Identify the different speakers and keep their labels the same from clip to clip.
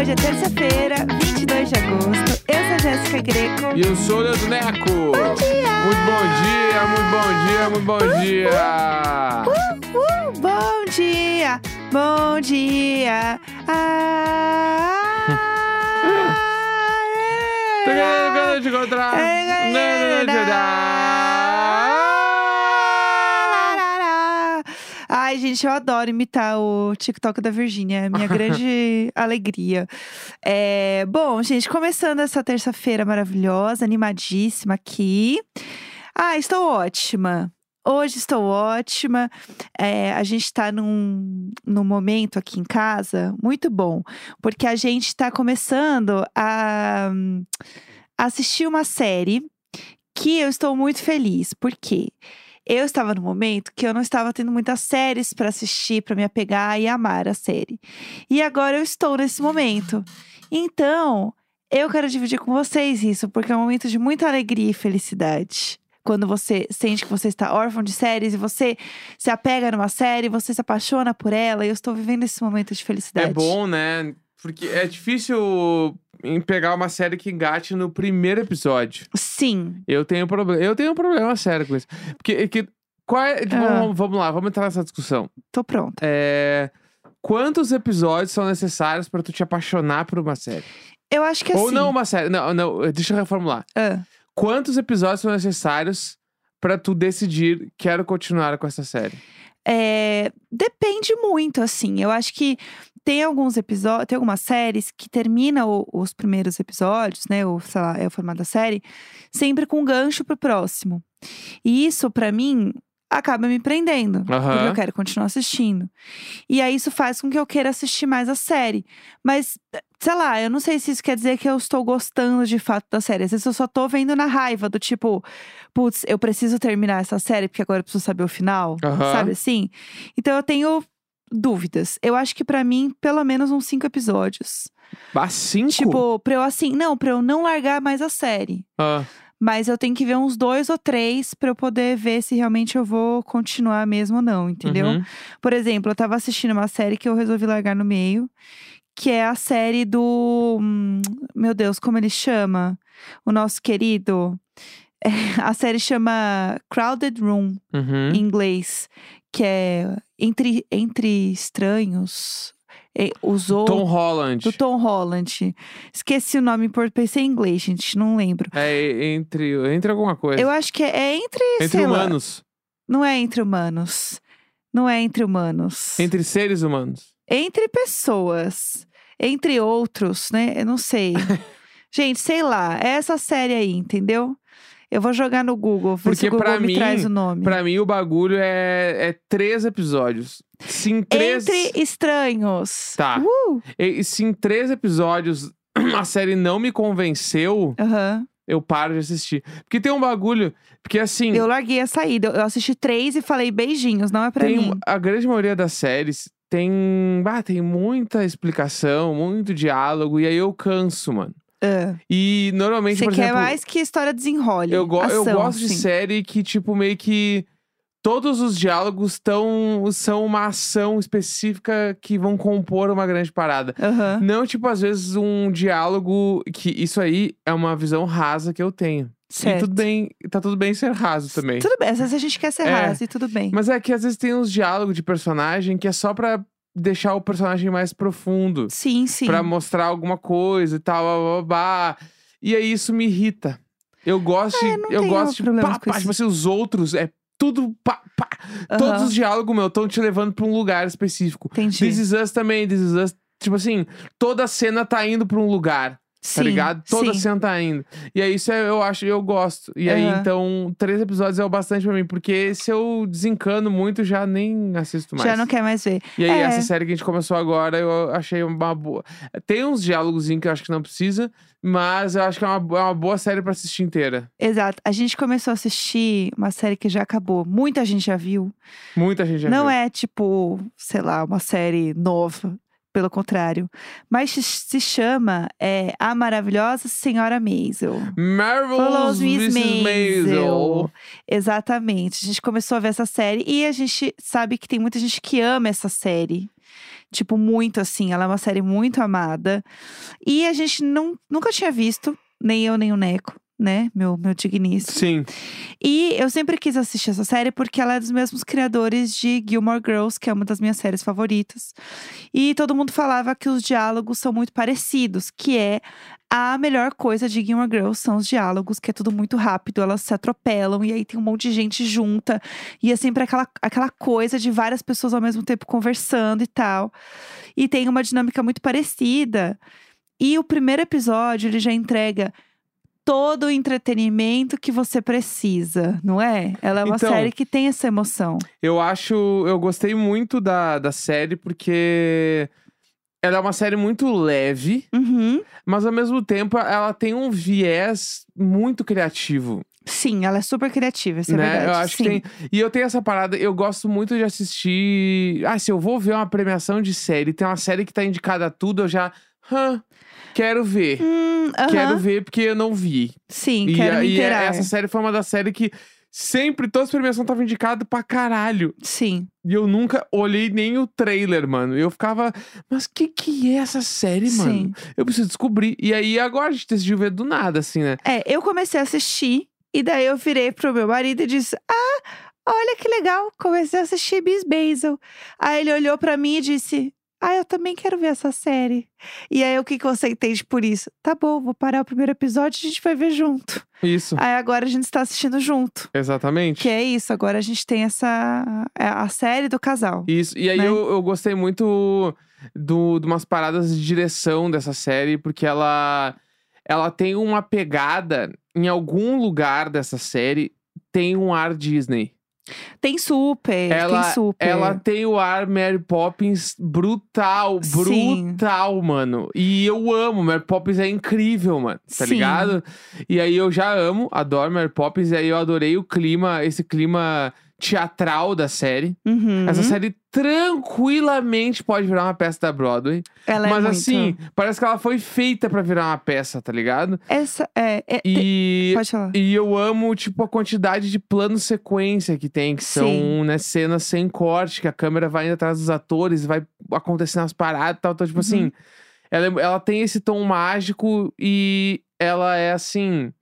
Speaker 1: é terça-feira, 22 de agosto. Eu sou a Jéssica Greco.
Speaker 2: E eu sou o Leandro Neco. Bom
Speaker 1: dia!
Speaker 2: Muito bom dia, muito bom dia, muito bom dia!
Speaker 1: Uh, uh, bom dia! Bom dia! é!
Speaker 2: Tô
Speaker 1: Ah,
Speaker 2: querendo te encontrar!
Speaker 1: É, é, é,
Speaker 2: Né, né, né,
Speaker 1: é,
Speaker 2: né, né.
Speaker 1: Ai, gente, eu adoro imitar o TikTok da Virgínia. É a minha grande alegria. É, bom, gente, começando essa terça-feira maravilhosa, animadíssima aqui. Ah, estou ótima. Hoje estou ótima. É, a gente está num, num momento aqui em casa muito bom, porque a gente está começando a hum, assistir uma série que eu estou muito feliz, porque eu estava no momento que eu não estava tendo muitas séries para assistir, para me apegar e amar a série. E agora eu estou nesse momento. Então, eu quero dividir com vocês isso, porque é um momento de muita alegria e felicidade. Quando você sente que você está órfão de séries e você se apega numa série, você se apaixona por ela, e eu estou vivendo esse momento de felicidade.
Speaker 2: É bom, né? Porque é difícil em pegar uma série que engate no primeiro episódio.
Speaker 1: Sim.
Speaker 2: Eu tenho problema. Eu tenho um problema sério com isso. Porque que, qual é- tipo,
Speaker 1: Ah.
Speaker 2: vamos- vamos lá, vamos entrar nessa discussão.
Speaker 1: Tô pronta.
Speaker 2: É, quantos episódios são necessários pra tu te apaixonar por uma série?
Speaker 1: Eu acho que assim.
Speaker 2: Ou não uma série. Não, não, deixa eu reformular.
Speaker 1: Ah,
Speaker 2: Quantos episódios são necessários pra tu decidir quero continuar com essa série?
Speaker 1: é, depende muito, assim. Eu acho que tem alguns episódios, tem algumas séries que termina o- os primeiros episódios, né? Ou, sei lá, é o formato da série, sempre com um gancho pro próximo. E isso, pra mim, acaba me prendendo. Porque
Speaker 2: Aham.
Speaker 1: eu quero continuar assistindo. E aí isso faz com que eu queira assistir mais a série. Mas, sei lá, eu não sei se isso quer dizer que eu estou gostando de fato da série. Às vezes eu só tô vendo na raiva do tipo, putz, eu preciso terminar essa série porque agora eu preciso saber o final.
Speaker 2: Aham.
Speaker 1: Sabe assim? Então eu tenho dúvidas. Eu acho que pra mim, pelo menos uns cinco episódios.
Speaker 2: Ah, cinco?
Speaker 1: Tipo, pra eu assim, não, pra eu não largar mais a série.
Speaker 2: Ah,
Speaker 1: Mas eu tenho que ver uns dois ou três pra eu poder ver se realmente eu vou continuar mesmo ou não, entendeu?
Speaker 2: uhum.
Speaker 1: Por exemplo, eu tava assistindo uma série que eu resolvi largar no meio, que é a série do. hum, Meu Deus, como ele chama? O nosso querido. É, A série chama Crowded Room,
Speaker 2: Uhum.
Speaker 1: em inglês, que é Entre, entre Estranhos. é, Os
Speaker 2: Tom
Speaker 1: outros.
Speaker 2: Holland.
Speaker 1: Do Tom Holland. Esqueci o nome em português, pensei em inglês, gente, não lembro.
Speaker 2: É e- entre, entre alguma coisa.
Speaker 1: Eu acho que é, é entre.
Speaker 2: entre
Speaker 1: sei lá,
Speaker 2: humanos.
Speaker 1: Não é entre humanos. Não é entre humanos.
Speaker 2: Entre seres humanos.
Speaker 1: Entre pessoas, entre outros, né? Eu não sei. Gente, sei lá, é essa série aí, entendeu? Eu vou jogar no Google, ver se
Speaker 2: Porque
Speaker 1: o Google
Speaker 2: pra
Speaker 1: me
Speaker 2: mim-
Speaker 1: traz o nome.
Speaker 2: Pra mim, o bagulho é, é três episódios. Se em três,
Speaker 1: Entre estranhos.
Speaker 2: Tá.
Speaker 1: Uh!
Speaker 2: e- se em três episódios a série não me convenceu,
Speaker 1: Aham.
Speaker 2: eu paro de assistir. Porque tem um bagulho. Porque assim.
Speaker 1: Eu larguei a saída. Eu assisti três e falei beijinhos, não é pra
Speaker 2: tem,
Speaker 1: mim.
Speaker 2: A grande maioria das séries tem. Ah, tem muita explicação, muito diálogo. E aí eu canso, mano.
Speaker 1: Ah,
Speaker 2: E normalmente,
Speaker 1: Você
Speaker 2: por
Speaker 1: quer
Speaker 2: exemplo.
Speaker 1: mais que a história desenrole.
Speaker 2: Eu, go- eu
Speaker 1: Ação,
Speaker 2: gosto de
Speaker 1: assim.
Speaker 2: série que, tipo, meio que. Todos os diálogos tão, são uma ação específica que vão compor uma grande parada.
Speaker 1: Aham.
Speaker 2: Não, tipo, às vezes um diálogo que isso aí é uma visão rasa que eu tenho. E
Speaker 1: Certo.
Speaker 2: tudo bem, tá tudo bem ser raso também.
Speaker 1: Tudo bem, às vezes a gente quer ser
Speaker 2: É.
Speaker 1: raso e tudo bem.
Speaker 2: Mas é que às vezes tem uns diálogos de personagem que é só pra deixar o personagem mais profundo,
Speaker 1: Sim, sim.
Speaker 2: Pra mostrar alguma coisa e tal, blá, blá, blá. E aí isso me irrita. Eu gosto, de-
Speaker 1: É, não
Speaker 2: eu
Speaker 1: tenho
Speaker 2: gosto de
Speaker 1: problemas
Speaker 2: pá,
Speaker 1: com
Speaker 2: pá,
Speaker 1: isso.
Speaker 2: tipo assim, os outros é tudo pá, pá.
Speaker 1: Aham,
Speaker 2: Todos os diálogos meu estão te levando pra um lugar específico.
Speaker 1: Entendi.
Speaker 2: This is us também, this is us. Tipo assim, toda cena tá indo pra um lugar,
Speaker 1: sim,
Speaker 2: tá ligado? Toda
Speaker 1: sim.
Speaker 2: cena tá indo. E aí isso é- eu acho, eu gosto. E aí
Speaker 1: Aham.
Speaker 2: então, três episódios é o bastante pra mim, porque se eu desencano muito, já nem assisto mais.
Speaker 1: Já não quer mais ver.
Speaker 2: E aí,
Speaker 1: É.
Speaker 2: essa série que a gente começou agora, eu achei uma boa. Tem uns diálogos que eu acho que não precisa, mas eu acho que é uma, bo- é uma boa série pra assistir inteira.
Speaker 1: Exato. A gente começou a assistir uma série que já acabou. Muita gente já viu.
Speaker 2: Muita gente já
Speaker 1: Não
Speaker 2: viu.
Speaker 1: é tipo, sei lá, uma série nova. Pelo contrário. Mas se- se chama é, A Maravilhosa Senhora Maisel.
Speaker 2: Marvelous
Speaker 1: Follows Miss
Speaker 2: Mrs. Maisel.
Speaker 1: Maisel. Exatamente. A gente começou a ver essa série e a gente sabe que tem muita gente que ama essa série. Tipo, muito assim. Ela é uma série muito amada. E a gente não, nunca tinha visto, nem eu, nem o Neco, né? Meu, meu digníssimo.
Speaker 2: Sim.
Speaker 1: E eu sempre quis assistir essa série porque ela é dos mesmos criadores de Gilmore Girls, que é uma das minhas séries favoritas. E todo mundo falava que os diálogos são muito parecidos, que é a melhor coisa de Gilmore Girls são os diálogos, que é tudo muito rápido, elas se atropelam e aí tem um monte de gente junta. E é sempre aquela, aquela coisa de várias pessoas ao mesmo tempo conversando e tal. E tem uma dinâmica muito parecida. E o primeiro episódio, ele já entrega todo o entretenimento que você precisa, não é? Ela é uma
Speaker 2: Então-
Speaker 1: série que tem essa emoção.
Speaker 2: Eu acho. Eu gostei muito da, da série, porque ela é uma série muito leve,
Speaker 1: Uhum.
Speaker 2: mas ao mesmo tempo ela tem um viés muito criativo.
Speaker 1: Sim, ela é super criativa, isso é
Speaker 2: né?
Speaker 1: verdade.
Speaker 2: Eu acho
Speaker 1: Sim.
Speaker 2: que tem. E eu tenho essa parada, eu gosto muito de assistir. Ah, se eu vou ver uma premiação de série, tem uma série que tá indicada a tudo, eu já. Hã, quero ver.
Speaker 1: Hum, aham.
Speaker 2: Quero ver porque eu não vi.
Speaker 1: Sim,
Speaker 2: e,
Speaker 1: quero
Speaker 2: a-
Speaker 1: me
Speaker 2: e é-
Speaker 1: inteirar.
Speaker 2: essa série foi uma das séries que sempre todas as premiações estavam indicadas pra caralho.
Speaker 1: Sim,
Speaker 2: E eu nunca olhei nem o trailer, mano. Eu ficava, mas que que é essa série, mano?
Speaker 1: sim.
Speaker 2: Eu preciso descobrir. E aí agora a gente decidiu ver do nada, assim, né?
Speaker 1: É, eu comecei a assistir e daí eu virei pro meu marido e disse: Ah, olha que legal, comecei a assistir Miss Basil. Aí ele olhou pra mim e disse: Ah, eu também quero ver essa série. E aí o que, que você entende por isso? Tá bom, vou parar o primeiro episódio e a gente vai ver junto.
Speaker 2: Isso,
Speaker 1: Aí agora a gente está assistindo junto.
Speaker 2: exatamente.
Speaker 1: Que é isso, agora a gente tem essa. é a série do casal.
Speaker 2: Isso, e aí
Speaker 1: né?
Speaker 2: eu, eu gostei muito do, de umas paradas de direção dessa série, porque ela, ela tem uma pegada em algum lugar dessa série, tem um ar Disney.
Speaker 1: Tem super,
Speaker 2: Ela-
Speaker 1: tem super.
Speaker 2: Ela tem o ar Mary Poppins brutal,
Speaker 1: Sim.
Speaker 2: brutal, mano. E eu amo, Mary Poppins é incrível, mano, tá
Speaker 1: Sim.
Speaker 2: ligado? E aí eu já amo, adoro Mary Poppins, e aí eu adorei o clima, esse clima teatral da série.
Speaker 1: Uhum.
Speaker 2: Essa série tranquilamente pode virar uma peça da Broadway.
Speaker 1: Ela é
Speaker 2: mas
Speaker 1: muito-
Speaker 2: assim, parece que ela foi feita pra virar uma peça, tá ligado?
Speaker 1: Essa, é, é-
Speaker 2: E,
Speaker 1: Pode falar.
Speaker 2: e eu amo, tipo, a quantidade de plano sequência que tem, que são
Speaker 1: Sim.
Speaker 2: né, cenas sem corte, que a câmera vai indo atrás dos atores, vai acontecendo as paradas e tal.
Speaker 1: Uhum.
Speaker 2: Então, tipo assim, ela, é- ela tem esse tom mágico e ela é assim.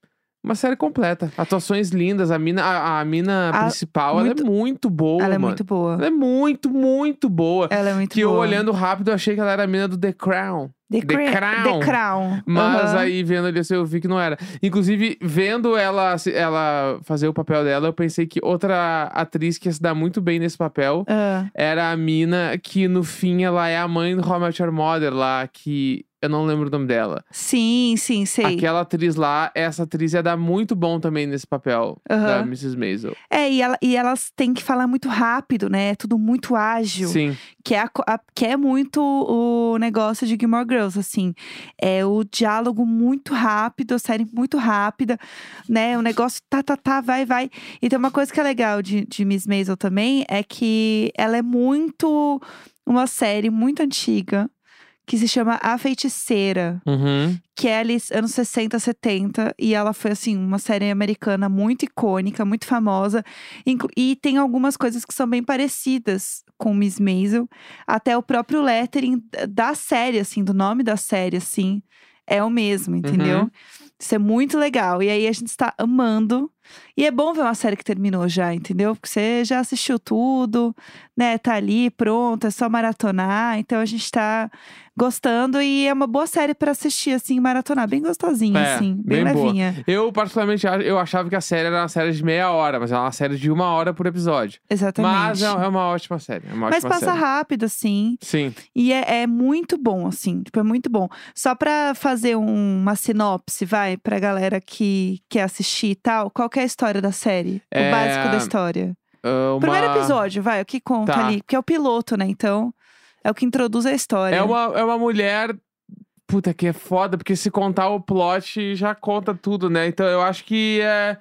Speaker 2: Uma série completa. Atuações lindas. A mina, a, a mina
Speaker 1: A-
Speaker 2: principal,
Speaker 1: muito-
Speaker 2: ela é muito boa,
Speaker 1: ela é
Speaker 2: mano.
Speaker 1: muito boa.
Speaker 2: Ela é muito, muito boa.
Speaker 1: Ela é muito
Speaker 2: que
Speaker 1: boa.
Speaker 2: eu olhando rápido eu achei que ela era a mina do The Crown.
Speaker 1: The,
Speaker 2: The
Speaker 1: Cra-
Speaker 2: Crown.
Speaker 1: The Crown.
Speaker 2: Mas
Speaker 1: Aham.
Speaker 2: aí vendo ali assim, eu vi que não era. Inclusive, vendo ela, se- ela fazer o papel dela, eu pensei que outra atriz que ia se dar muito bem nesse papel
Speaker 1: Ah,
Speaker 2: era a mina que no fim ela é a mãe do How I Met Your Mother lá, que eu não lembro o nome dela.
Speaker 1: sim, sim, sei.
Speaker 2: Aquela atriz lá, essa atriz ia dar muito bom também nesse papel da
Speaker 1: Aham.
Speaker 2: Mrs. Maisel.
Speaker 1: É, e, ela- e elas têm que falar muito rápido, né? É tudo muito ágil.
Speaker 2: Sim,
Speaker 1: Que é, a co- a- que é muito o negócio de Gilmore Girls, assim. É o diálogo muito rápido, a série muito rápida, né? O negócio tá, tá, tá, vai, vai. E tem uma coisa que é legal de, de Miss Maisel também, é que ela é muito... Uma série muito antiga, que se chama A Feiticeira.
Speaker 2: uhum.
Speaker 1: que é ali anos 60, 70. E ela foi, assim, uma série americana muito icônica, muito famosa. Inclu- e tem algumas coisas que são bem parecidas com Miss Maisel. Até o próprio lettering d- da série, assim, do nome da série, assim, é o mesmo, entendeu?
Speaker 2: Uhum.
Speaker 1: Isso é muito legal. E aí a gente está amando. E é bom ver uma série que terminou já, entendeu? Porque você já assistiu tudo, né? Tá ali, pronto, é só maratonar. Então a gente tá gostando e é uma boa série pra assistir, assim, maratonar. Bem gostosinha,
Speaker 2: É,
Speaker 1: assim, bem,
Speaker 2: bem boa.
Speaker 1: levinha.
Speaker 2: Eu, particularmente, a- eu achava que a série era uma série de meia hora, mas ela é uma série de uma hora por episódio.
Speaker 1: Exatamente.
Speaker 2: Mas é é uma ótima série. É uma
Speaker 1: Mas
Speaker 2: ótima
Speaker 1: passa
Speaker 2: série.
Speaker 1: rápido, assim.
Speaker 2: Sim.
Speaker 1: E é, é muito bom, assim. Tipo, é muito bom. Só pra fazer um- uma sinopse, vai, pra galera que quer assistir e tal. Qual que é a história da série?
Speaker 2: É,
Speaker 1: O básico da história.
Speaker 2: Ah, uma-
Speaker 1: Primeiro episódio, vai, o que conta
Speaker 2: Tá.
Speaker 1: ali. Porque é o piloto, né? Então, é o que introduz a história.
Speaker 2: É uma, é uma mulher. Puta, que é foda, porque se contar o plot já conta tudo, né? Então eu acho que é.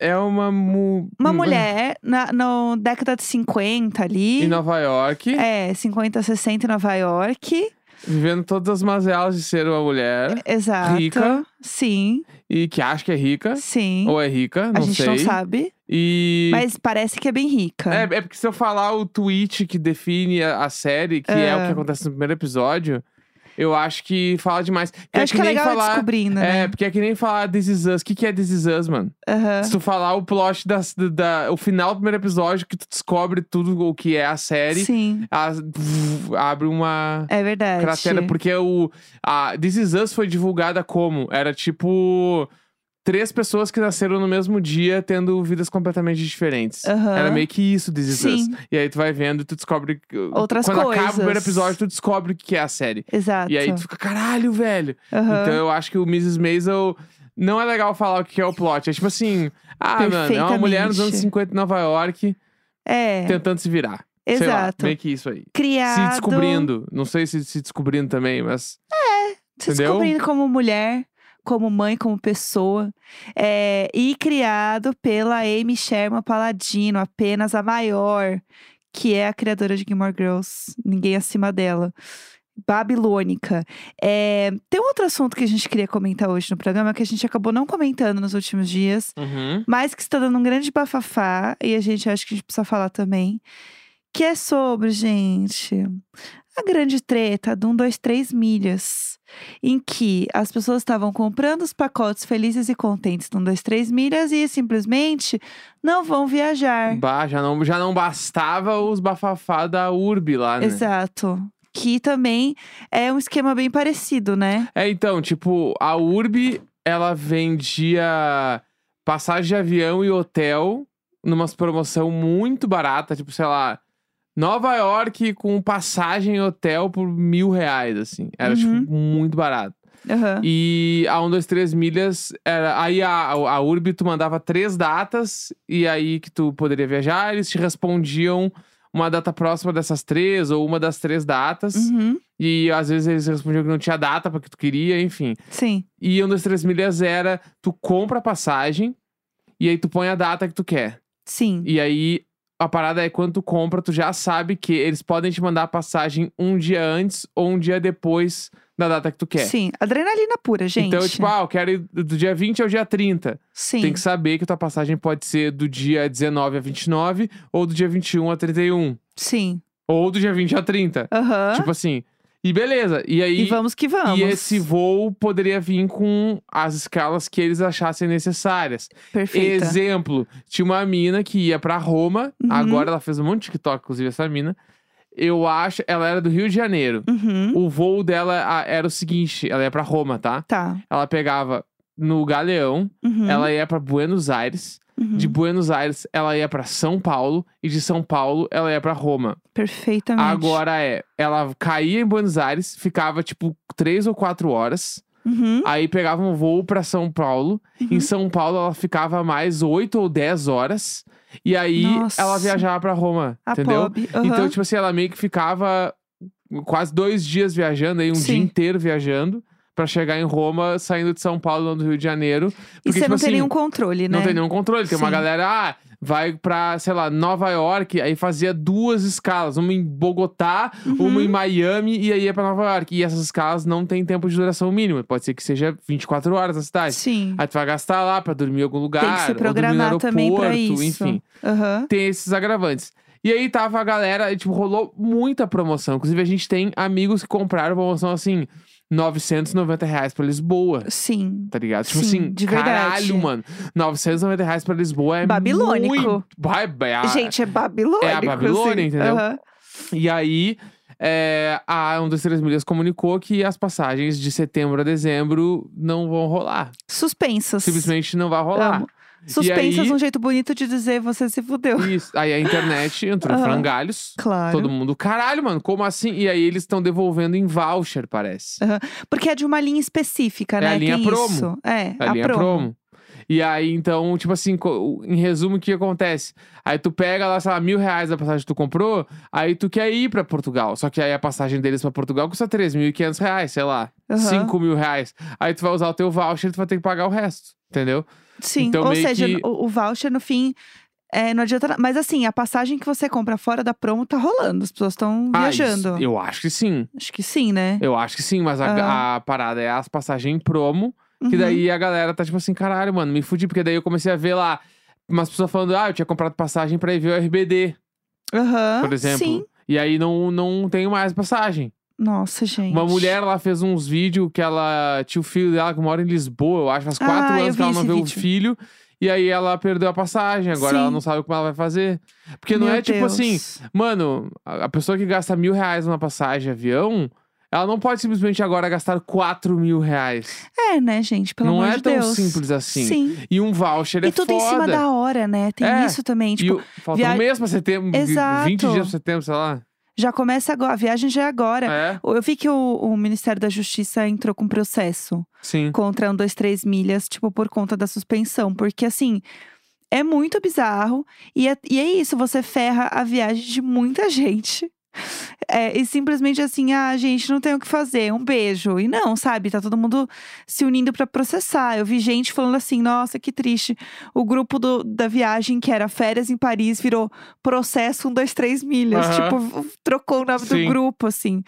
Speaker 2: É uma. Mu...
Speaker 1: Uma mulher, na no década de 50 ali.
Speaker 2: Em Nova York,
Speaker 1: É, 50, 60 em Nova York.
Speaker 2: vivendo todas as mazelas de ser uma
Speaker 1: É.
Speaker 2: mulher
Speaker 1: Exato.
Speaker 2: Rica.
Speaker 1: Sim,
Speaker 2: e que acha que é rica.
Speaker 1: sim.
Speaker 2: Ou é rica, não
Speaker 1: a gente
Speaker 2: sei.
Speaker 1: não sabe.
Speaker 2: E.
Speaker 1: Mas parece que é bem rica.
Speaker 2: É, é porque se eu falar o tweet que define a, a série, que é. o que acontece no primeiro episódio, eu acho que fala demais. Porque
Speaker 1: Eu acho que é
Speaker 2: nem
Speaker 1: legal
Speaker 2: falar.
Speaker 1: descobrindo,
Speaker 2: É,
Speaker 1: né?
Speaker 2: porque é que nem falar This Is Us. O que, que é This Is Us, mano?
Speaker 1: Aham.
Speaker 2: Se tu falar o plot das- da, da- o final do primeiro episódio, que tu descobre tudo o que é a série,
Speaker 1: Sim,
Speaker 2: as- pff, abre uma
Speaker 1: é verdade.
Speaker 2: cratera. né? Porque o. A This Is Us foi divulgada como? Era tipo. Três pessoas que nasceram no mesmo dia, tendo vidas completamente diferentes.
Speaker 1: Aham.
Speaker 2: Era meio que isso, This Is Us.
Speaker 1: Sim,
Speaker 2: E aí tu vai vendo e tu descobre. que-
Speaker 1: Outras
Speaker 2: Quando acaba o
Speaker 1: coisas.
Speaker 2: primeiro episódio, tu descobre o que é a série.
Speaker 1: exato.
Speaker 2: E aí tu fica, caralho, velho.
Speaker 1: Aham.
Speaker 2: Então eu acho que o Mrs. Maisel não é legal falar o que é o plot. É tipo assim, ah, mano, é uma mulher nos anos
Speaker 1: Perfeitamente.
Speaker 2: 50 em Nova York
Speaker 1: é,
Speaker 2: tentando se virar. Sei lá,
Speaker 1: exato.
Speaker 2: meio que isso aí.
Speaker 1: Criado.
Speaker 2: Se descobrindo. Não sei se se descobrindo também, mas.
Speaker 1: se
Speaker 2: Entendeu?
Speaker 1: descobrindo como mulher, como mãe, como pessoa. É, e criado pela Amy Sherman Paladino, apenas a maior, que é a criadora de Gilmore Girls. Ninguém acima dela. Babilônica. É, tem um outro assunto que a gente queria comentar hoje no programa que a gente acabou não comentando nos últimos dias,
Speaker 2: Uhum.
Speaker 1: mas que está dando um grande bafafá e a gente acha que a gente precisa falar também. Que é sobre, gente, a grande treta do 1, 2, 3 milhas. Em que as pessoas estavam comprando os pacotes felizes e contentes do 1, 2, 3 milhas e simplesmente não vão viajar.
Speaker 2: Bah, já não, já não bastava os bafafá da Urbe lá, né?
Speaker 1: Exato. Que também é um esquema bem parecido, né?
Speaker 2: É, então, tipo, a Urbe, ela vendia passagem de avião e hotel numa promoção muito barata, tipo, sei lá, Nova York com passagem e hotel por mil reais, assim. Era,
Speaker 1: Uhum.
Speaker 2: tipo, muito barato.
Speaker 1: Aham.
Speaker 2: E a 1, 2, 3 milhas, era, aí a, a Urbe, tu mandava três datas e aí que tu poderia viajar, eles te respondiam uma data próxima dessas três ou uma das três datas.
Speaker 1: Uhum.
Speaker 2: E às vezes eles respondiam que não tinha data pra que tu queria, enfim.
Speaker 1: Sim.
Speaker 2: E um das três milhas era tu compra a passagem e aí tu põe a data que tu quer.
Speaker 1: Sim.
Speaker 2: E aí a parada é quando tu compra, tu já sabe que eles podem te mandar a passagem um dia antes ou um dia depois da data que tu quer.
Speaker 1: Sim. Adrenalina pura, gente.
Speaker 2: Então, tipo, ah, eu quero ir do dia 20 ao dia 30.
Speaker 1: Sim.
Speaker 2: Tem que saber que tua passagem pode ser do dia 19 a 29 ou do dia 21 a 31.
Speaker 1: Sim.
Speaker 2: Ou do dia 20 a 30.
Speaker 1: Aham.
Speaker 2: Tipo assim. E beleza. E aí.
Speaker 1: e vamos que vamos.
Speaker 2: E esse voo poderia vir com as escalas que eles achassem necessárias.
Speaker 1: Perfeita.
Speaker 2: Exemplo, tinha uma mina que ia pra Roma,
Speaker 1: Uhum.
Speaker 2: agora ela fez um monte de TikTok, inclusive essa mina. Eu acho, ela era do Rio de Janeiro.
Speaker 1: Uhum.
Speaker 2: O voo dela ah, era o seguinte, ela ia pra Roma, tá?
Speaker 1: Tá.
Speaker 2: Ela pegava no Galeão,
Speaker 1: Uhum.
Speaker 2: ela ia pra Buenos Aires,
Speaker 1: Uhum.
Speaker 2: de Buenos Aires ela ia pra São Paulo e de São Paulo ela ia pra Roma.
Speaker 1: Perfeitamente.
Speaker 2: Agora é, ela caía em Buenos Aires, ficava tipo três ou quatro horas.
Speaker 1: Uhum.
Speaker 2: Aí pegava um voo pra São Paulo. Em São Paulo ela ficava mais 8 ou 10 horas. E aí
Speaker 1: Nossa.
Speaker 2: ela viajava pra Roma,
Speaker 1: A
Speaker 2: entendeu?
Speaker 1: Pob. Aham.
Speaker 2: Então, tipo assim, ela meio que ficava quase dois dias viajando, aí um
Speaker 1: Sim.
Speaker 2: dia inteiro viajando. Pra chegar em Roma, saindo de São Paulo, do Rio de Janeiro. Porque,
Speaker 1: e você
Speaker 2: tipo
Speaker 1: não tem
Speaker 2: assim,
Speaker 1: nenhum controle, né?
Speaker 2: não tem nenhum controle. Tem uma
Speaker 1: Sim.
Speaker 2: galera, ah, vai pra, sei lá, Nova York, aí fazia duas escalas, uma em Bogotá,
Speaker 1: Uhum.
Speaker 2: uma em Miami e aí ia pra Nova York. E essas escalas não tem tempo de duração mínima. Pode ser que seja 24 horas na cidade.
Speaker 1: Sim.
Speaker 2: Aí tu vai gastar lá pra dormir em algum lugar,
Speaker 1: tem que se
Speaker 2: ou dormir no
Speaker 1: programar
Speaker 2: aeroporto,
Speaker 1: também pra isso.
Speaker 2: enfim.
Speaker 1: Aham.
Speaker 2: Tem esses agravantes. E aí tava a galera, e, tipo, rolou muita promoção. Inclusive, a gente tem amigos que compraram promoção assim, 990 reais pra Lisboa
Speaker 1: Sim.
Speaker 2: tá ligado? Tipo
Speaker 1: Sim,
Speaker 2: assim,
Speaker 1: de
Speaker 2: caralho,
Speaker 1: verdade.
Speaker 2: mano. 990 reais pra Lisboa é
Speaker 1: Babilônico.
Speaker 2: muito... Vai, vai, ah. a-
Speaker 1: Gente, é babilônico.
Speaker 2: É a Babilônia,
Speaker 1: assim.
Speaker 2: entendeu?
Speaker 1: Aham.
Speaker 2: E aí, é, a 1, 2, 3 milhas comunicou que as passagens de setembro a dezembro não vão rolar.
Speaker 1: Suspensas.
Speaker 2: Simplesmente não vai rolar.
Speaker 1: Amo. Suspensas,
Speaker 2: aí-
Speaker 1: um jeito bonito de dizer você se fudeu.
Speaker 2: Isso. Aí a internet entrou em
Speaker 1: Aham.
Speaker 2: frangalhos.
Speaker 1: Claro.
Speaker 2: Todo mundo, caralho, mano, como assim? E aí eles estão devolvendo em voucher, parece.
Speaker 1: Porque é de uma linha específica,
Speaker 2: É
Speaker 1: né?
Speaker 2: a linha
Speaker 1: Tem
Speaker 2: promo.
Speaker 1: isso. É,
Speaker 2: A linha
Speaker 1: promo.
Speaker 2: promo. E aí, então, tipo assim, co- o- em resumo, o que acontece? Aí tu pega lá, sei lá, mil reais da passagem que tu comprou, aí tu quer ir pra Portugal. Só que aí a passagem deles pra Portugal custa 3.500 reais, sei lá,
Speaker 1: Aham.
Speaker 2: cinco mil reais. Aí tu vai usar o teu voucher e tu vai ter que pagar o resto, entendeu?
Speaker 1: Sim,
Speaker 2: Então,
Speaker 1: ou
Speaker 2: meio
Speaker 1: seja,
Speaker 2: que-
Speaker 1: o, o voucher no fim é, não adianta nada. Mas assim, a passagem que você compra fora da promo tá rolando, as pessoas estão
Speaker 2: Ah,
Speaker 1: viajando.
Speaker 2: isso- eu acho que sim,
Speaker 1: Acho que sim, né?
Speaker 2: eu acho que sim, mas a,
Speaker 1: Aham.
Speaker 2: a parada é as passagens em promo,
Speaker 1: Uhum.
Speaker 2: que daí a galera tá tipo assim, caralho, mano, me fudi, porque daí eu comecei a ver lá. umas pessoas falando, ah, eu tinha comprado passagem pra ir ver o RBD,
Speaker 1: Aham.
Speaker 2: por exemplo.
Speaker 1: Ah, Sim.
Speaker 2: E aí não, não tenho mais passagem.
Speaker 1: Nossa, gente.
Speaker 2: Uma mulher lá fez uns vídeos que ela tinha o filho dela que mora em Lisboa, eu acho, faz quatro
Speaker 1: Ah, eu
Speaker 2: anos
Speaker 1: vi
Speaker 2: que ela não
Speaker 1: esse
Speaker 2: vê o
Speaker 1: vídeo.
Speaker 2: filho. E aí ela perdeu a passagem, agora ela
Speaker 1: Sim.
Speaker 2: não sabe como ela vai fazer. Porque não
Speaker 1: Meu
Speaker 2: é tipo
Speaker 1: Deus.
Speaker 2: assim, mano, a a pessoa que gasta mil reais numa passagem de avião, ela não pode simplesmente agora gastar quatro mil reais.
Speaker 1: É, né, gente? Pelo
Speaker 2: não
Speaker 1: amor
Speaker 2: é
Speaker 1: de
Speaker 2: tão
Speaker 1: Deus.
Speaker 2: simples assim.
Speaker 1: Sim.
Speaker 2: E um voucher é
Speaker 1: e tudo em cima
Speaker 2: foda.
Speaker 1: da hora, né? Tem
Speaker 2: É,
Speaker 1: isso também. Tipo,
Speaker 2: e o, falta um
Speaker 1: via-
Speaker 2: mês pra setembro, vi-
Speaker 1: Exato.
Speaker 2: 20 dias pra setembro, sei lá.
Speaker 1: já começa agora. A viagem já é agora.
Speaker 2: É,
Speaker 1: Eu vi que o, o Ministério da Justiça entrou com processo
Speaker 2: sim.
Speaker 1: contra um, dois, três milhas, tipo, por conta da suspensão. Porque, assim, é muito bizarro. E é, e é isso, você ferra a viagem de muita gente. É, e simplesmente assim, ah, gente, não tem o que fazer, um beijo. E não, sabe? Tá todo mundo se unindo pra processar. Eu vi gente falando assim, nossa, que triste. O grupo do- da viagem, que era férias em Paris, virou processo 1, 2, 3 milhas.
Speaker 2: Aham.
Speaker 1: Tipo, v- trocou o nome
Speaker 2: Sim.
Speaker 1: do grupo, assim.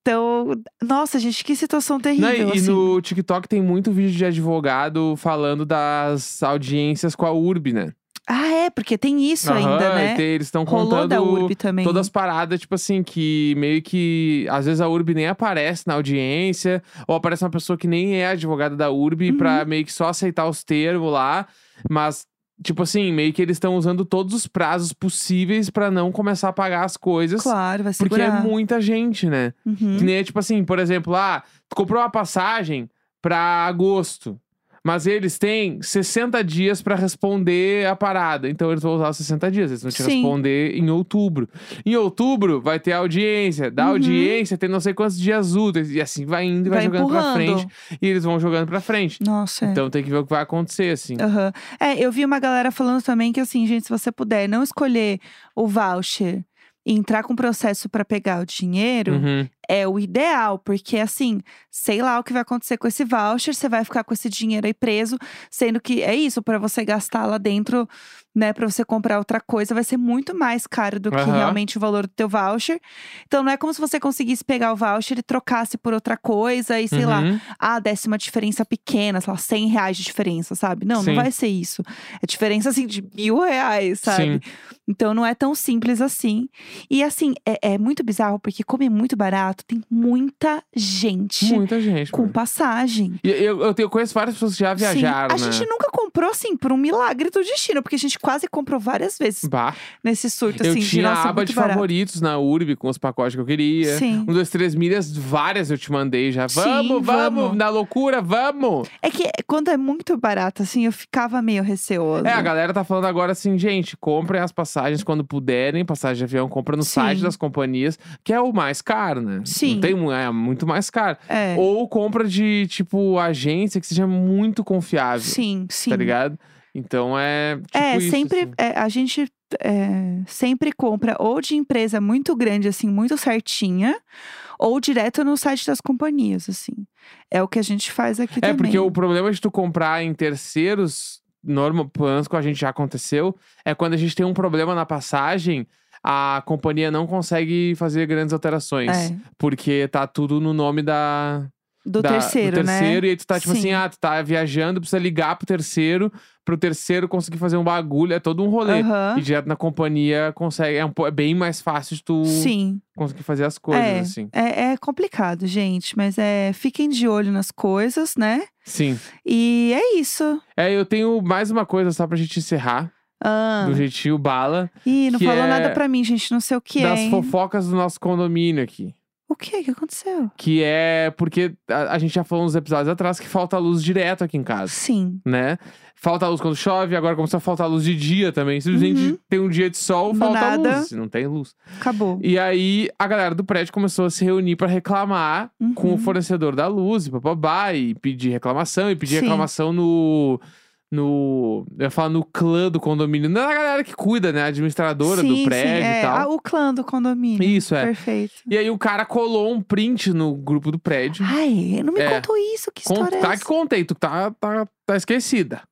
Speaker 1: Então, nossa, gente, que situação terrível.
Speaker 2: Não, e- e
Speaker 1: assim.
Speaker 2: no TikTok tem muito vídeo de advogado falando das audiências com a URB, né?
Speaker 1: Ah, é, porque tem isso ainda,
Speaker 2: Aham, e
Speaker 1: né?
Speaker 2: tem- eles estão
Speaker 1: Rolou
Speaker 2: contando
Speaker 1: da URB também.
Speaker 2: todas as paradas, tipo assim, que meio que. Às vezes a URB nem aparece na audiência, ou aparece uma pessoa que nem é advogada da
Speaker 1: Uhum.
Speaker 2: URB pra meio que só aceitar os termos lá, mas. Tipo assim, meio que eles estão usando todos os prazos possíveis pra não começar a pagar as coisas.
Speaker 1: Claro, vai
Speaker 2: porque é
Speaker 1: segurar.
Speaker 2: muita gente, né?
Speaker 1: Uhum.
Speaker 2: Que nem é tipo assim, por exemplo, ah, tu comprou uma passagem pra agosto. Mas eles têm 60 dias pra responder a parada. Então eles vão usar os 60 dias. Eles vão te
Speaker 1: Sim.
Speaker 2: responder em outubro. Em outubro vai ter audiência. Da
Speaker 1: Uhum.
Speaker 2: audiência tem não sei quantos dias úteis. E assim vai indo e vai,
Speaker 1: Vai
Speaker 2: jogando pra
Speaker 1: empurrando.
Speaker 2: frente. E eles vão jogando pra frente.
Speaker 1: Nossa, é.
Speaker 2: Então tem que ver o que vai acontecer, assim.
Speaker 1: Aham. É, eu vi uma galera falando também que, assim, gente, se você puder não escolher o voucher e entrar com processo pra pegar o dinheiro,
Speaker 2: Uhum.
Speaker 1: é o ideal, porque, assim, sei lá o que vai acontecer com esse voucher, você vai ficar com esse dinheiro aí preso, sendo que é isso, pra você gastar lá dentro, né, Pra você comprar outra coisa, vai ser muito mais caro do que
Speaker 2: Aham.
Speaker 1: realmente o valor do teu voucher. Então, não é como se você conseguisse pegar o voucher e trocasse por outra coisa e, sei lá,
Speaker 2: Uhum.
Speaker 1: ah, desce uma diferença pequena, sei lá, 100 reais de diferença, sabe? Não,
Speaker 2: Sim.
Speaker 1: não vai ser isso. É diferença, assim, de mil reais, sabe?
Speaker 2: Sim.
Speaker 1: Então não é tão simples assim. E assim, é, é muito bizarro, porque como é muito barato, tem muita gente
Speaker 2: Muita gente.
Speaker 1: com
Speaker 2: mano.
Speaker 1: passagem.
Speaker 2: E eu, eu tenho- conheço várias pessoas que
Speaker 1: Sim.
Speaker 2: já viajaram,
Speaker 1: A
Speaker 2: né?
Speaker 1: gente nunca comprou, assim, por um milagre do destino, porque a gente quase comprou várias vezes
Speaker 2: Bah.
Speaker 1: nesse surto,
Speaker 2: Eu
Speaker 1: assim, de
Speaker 2: tinha
Speaker 1: nossa,
Speaker 2: a aba
Speaker 1: muito
Speaker 2: de
Speaker 1: barato.
Speaker 2: favoritos na URB com os pacotes que eu queria.
Speaker 1: Sim.
Speaker 2: Um, dois, três milhas, várias eu te mandei já.
Speaker 1: Sim,
Speaker 2: vamos, vamos,
Speaker 1: vamos.
Speaker 2: na loucura, vamos!
Speaker 1: É que quando é muito barato, assim, eu ficava meio receoso.
Speaker 2: É, a galera tá falando agora assim, gente, comprem as passagens quando puderem, passagem de avião, compra no
Speaker 1: Sim.
Speaker 2: site das companhias, que é o mais caro, né?
Speaker 1: Sim.
Speaker 2: Não tem, mu- é muito mais caro.
Speaker 1: É.
Speaker 2: Ou compra de, tipo, agência que seja muito confiável,
Speaker 1: Sim, sim.
Speaker 2: tá ligado? Então é, tipo
Speaker 1: é,
Speaker 2: isso,
Speaker 1: sempre
Speaker 2: assim.
Speaker 1: é, a gente é, sempre compra ou de empresa muito grande, assim, muito certinha, ou direto no site das companhias, assim. É o que a gente faz aqui
Speaker 2: É,
Speaker 1: também.
Speaker 2: porque o problema de tu comprar em terceiros, normal, pelo menos com a gente já aconteceu, é quando a gente tem um problema na passagem, a companhia não consegue fazer grandes alterações.
Speaker 1: É,
Speaker 2: Porque tá tudo no nome da.
Speaker 1: do
Speaker 2: da-
Speaker 1: terceiro,
Speaker 2: do terceiro
Speaker 1: né?
Speaker 2: E aí tu tá tipo
Speaker 1: Sim.
Speaker 2: assim, ah, tu tá viajando, precisa ligar pro terceiro, pro terceiro conseguir fazer um bagulho, é todo um rolê.
Speaker 1: Aham.
Speaker 2: E direto na companhia consegue. É, um po- é bem mais fácil de tu
Speaker 1: Sim,
Speaker 2: conseguir fazer as coisas,
Speaker 1: É.
Speaker 2: assim.
Speaker 1: é, é complicado, gente, mas é fiquem de olho nas coisas, né?
Speaker 2: Sim.
Speaker 1: E é isso.
Speaker 2: É, eu tenho mais uma coisa só pra gente encerrar,
Speaker 1: Ah.
Speaker 2: do jeitinho bala.
Speaker 1: Ih, não
Speaker 2: que
Speaker 1: falou
Speaker 2: é
Speaker 1: nada pra mim, gente, não sei o que é.
Speaker 2: das
Speaker 1: hein?
Speaker 2: fofocas do nosso condomínio aqui.
Speaker 1: O que? O que aconteceu?
Speaker 2: Que é porque a, a gente já falou uns episódios atrás que falta luz direto aqui em casa,
Speaker 1: Sim.
Speaker 2: né? Falta luz quando chove, agora começou a faltar luz de dia também. Simplesmente
Speaker 1: Uhum.
Speaker 2: tem um dia de sol,
Speaker 1: Do
Speaker 2: falta
Speaker 1: nada.
Speaker 2: luz. Não tem luz.
Speaker 1: Acabou.
Speaker 2: E aí a galera do prédio começou a se reunir pra reclamar
Speaker 1: Uhum.
Speaker 2: com o fornecedor da luz e bababá, e pedir reclamação, e pedir
Speaker 1: Sim.
Speaker 2: reclamação no. No. Eu ia falar no clã do condomínio. Não é a galera que cuida, né? A administradora
Speaker 1: Sim,
Speaker 2: do prédio
Speaker 1: sim, é.
Speaker 2: e tal.
Speaker 1: Ah, o clã do condomínio.
Speaker 2: Isso, é.
Speaker 1: Perfeito.
Speaker 2: E aí o cara colou um print no grupo do prédio.
Speaker 1: Ai, não me
Speaker 2: É.
Speaker 1: contou isso, Ah, que
Speaker 2: Con-
Speaker 1: história é
Speaker 2: tá
Speaker 1: essa?
Speaker 2: que contei, tu tá, tá, tá esquecida.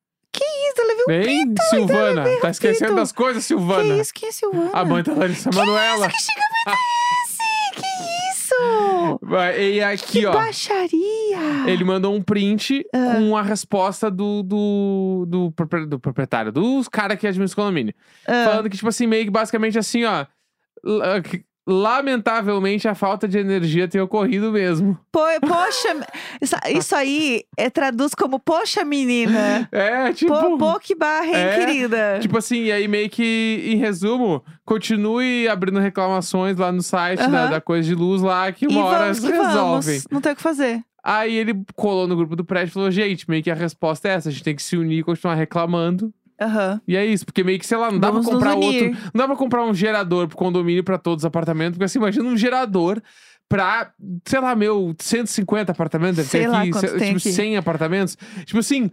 Speaker 1: Isso, eu levei um
Speaker 2: Hein, Silvana? Tá esquecendo
Speaker 1: repito.
Speaker 2: das coisas, Silvana?
Speaker 1: então, Que isso, quem é Silvana?
Speaker 2: A mãe da Larissa Manoela.
Speaker 1: Que chega a esse? Que isso?
Speaker 2: Vai, E aqui,
Speaker 1: que
Speaker 2: ó.
Speaker 1: baixaria! Olha!
Speaker 2: Ele mandou um print
Speaker 1: Ah.
Speaker 2: com a resposta do, do, do, propr- do proprietário, dos caras que administram o condomínio.
Speaker 1: Ah.
Speaker 2: Falando que, tipo assim, meio que basicamente assim, ó. la- que- Lamentavelmente, a falta de energia tem ocorrido mesmo.
Speaker 1: Po- poxa, isso, isso aí é, traduz como poxa, menina.
Speaker 2: É, tipo.
Speaker 1: Po, pô, que barra, hein,
Speaker 2: É,
Speaker 1: querida?
Speaker 2: Tipo assim, e aí meio que, em resumo, continue abrindo reclamações lá no site da,
Speaker 1: Aham.
Speaker 2: da coisa de luz lá, que
Speaker 1: e
Speaker 2: uma hora
Speaker 1: vamos que
Speaker 2: se resolvem.
Speaker 1: vamos. Não tem o que fazer.
Speaker 2: Aí ele colou no grupo do prédio e falou, gente, meio que a resposta é essa, a gente tem que se unir e continuar reclamando.
Speaker 1: Aham.
Speaker 2: E é isso, porque meio que, sei lá, não dá
Speaker 1: Vamos
Speaker 2: pra
Speaker 1: nos
Speaker 2: comprar outro.
Speaker 1: unir.
Speaker 2: Não dá pra comprar um gerador pro condomínio pra todos os apartamentos, porque assim, imagina um gerador pra, sei lá, meu, 150 apartamentos, deve
Speaker 1: Sei
Speaker 2: ter
Speaker 1: lá
Speaker 2: aqui,
Speaker 1: quanto tem
Speaker 2: tipo,
Speaker 1: aqui.
Speaker 2: 100 apartamentos. Tipo assim,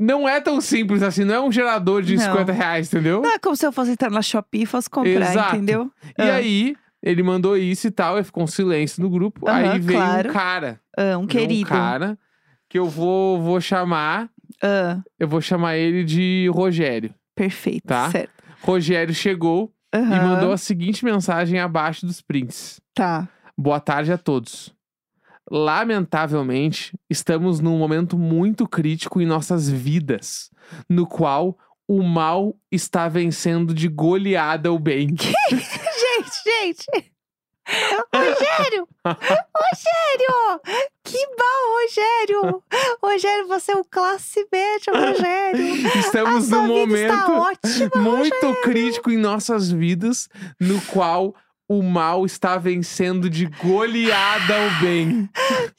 Speaker 2: não é tão simples assim, não é um gerador de
Speaker 1: Não.
Speaker 2: 50 reais, entendeu?
Speaker 1: Não é como se eu fosse entrar na Shopee e fosse comprar,
Speaker 2: Exato.
Speaker 1: entendeu?
Speaker 2: E
Speaker 1: Ah.
Speaker 2: aí, ele mandou isso e tal, e ficou um silêncio no grupo.
Speaker 1: Aham,
Speaker 2: aí veio
Speaker 1: claro.
Speaker 2: um cara.
Speaker 1: Ah, um
Speaker 2: veio
Speaker 1: querido.
Speaker 2: Um cara que eu vou, vou chamar.
Speaker 1: Ah,
Speaker 2: Eu vou chamar ele de Rogério.
Speaker 1: perfeito,
Speaker 2: Tá.
Speaker 1: certo.
Speaker 2: Rogério chegou e
Speaker 1: Aham,
Speaker 2: mandou a seguinte mensagem abaixo dos prints.
Speaker 1: Tá.
Speaker 2: Boa tarde a todos. Lamentavelmente, estamos num momento muito crítico em nossas vidas, no qual o mal está vencendo de goleada o bem.
Speaker 1: Gente, gente! Rogério! Rogério! Que bom, Rogério! Rogério, você é um classe média, Rogério!
Speaker 2: Estamos
Speaker 1: a
Speaker 2: num
Speaker 1: sua vida está
Speaker 2: momento
Speaker 1: ótima,
Speaker 2: muito crítico em nossas vidas, no qual o mal está vencendo de goleada o bem.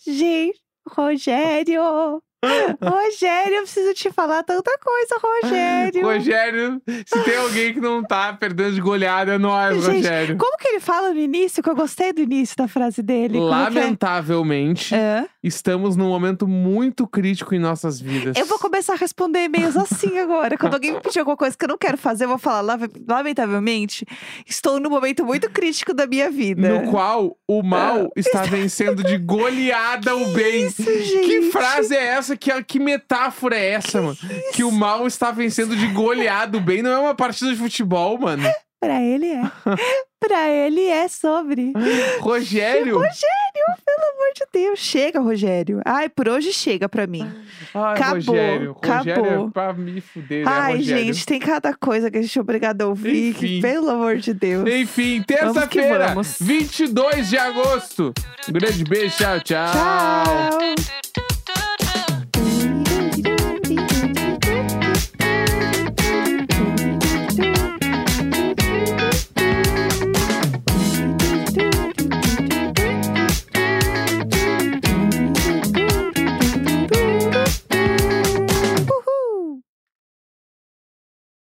Speaker 1: Gente, Rogério! Rogério, eu preciso te falar tanta coisa, Rogério!
Speaker 2: Rogério, se tem alguém que não tá perdendo de goleada, é nós,
Speaker 1: Gente,
Speaker 2: Rogério.
Speaker 1: Como que ele fala no início? Que eu gostei do início da frase dele. Como é que é?
Speaker 2: Lamentavelmente,
Speaker 1: Hã?
Speaker 2: estamos num momento muito crítico em nossas vidas.
Speaker 1: Eu vou começar a responder e-mails assim agora. Quando alguém me pedir alguma coisa que eu não quero fazer, eu vou falar, "Lame- lamentavelmente, estou num momento muito crítico da minha vida.
Speaker 2: No qual o mal está vencendo de goleada o bem.
Speaker 1: Isso, gente.
Speaker 2: Que frase é essa? Que, que metáfora é essa, mano? Que o mal está vencendo de goleado bem. Não é uma partida de futebol, mano.
Speaker 1: Pra ele é. pra ele é sobre. Pelo
Speaker 2: Rogério.
Speaker 1: amor de Deus. Chega, Rogério. Ai, por hoje chega pra mim.
Speaker 2: Ai,
Speaker 1: Acabou,
Speaker 2: Ah, Rogério. Rogério
Speaker 1: acabou.
Speaker 2: é pra me fuder, né,
Speaker 1: Ai,
Speaker 2: Rogério?
Speaker 1: gente, tem cada coisa que a gente é obrigado a ouvir. que,
Speaker 2: Enfim.
Speaker 1: pelo amor de Deus.
Speaker 2: Enfim, terça-feira,
Speaker 1: vamos.
Speaker 2: 22 de agosto. Um grande beijo, tchau.
Speaker 1: Tchau.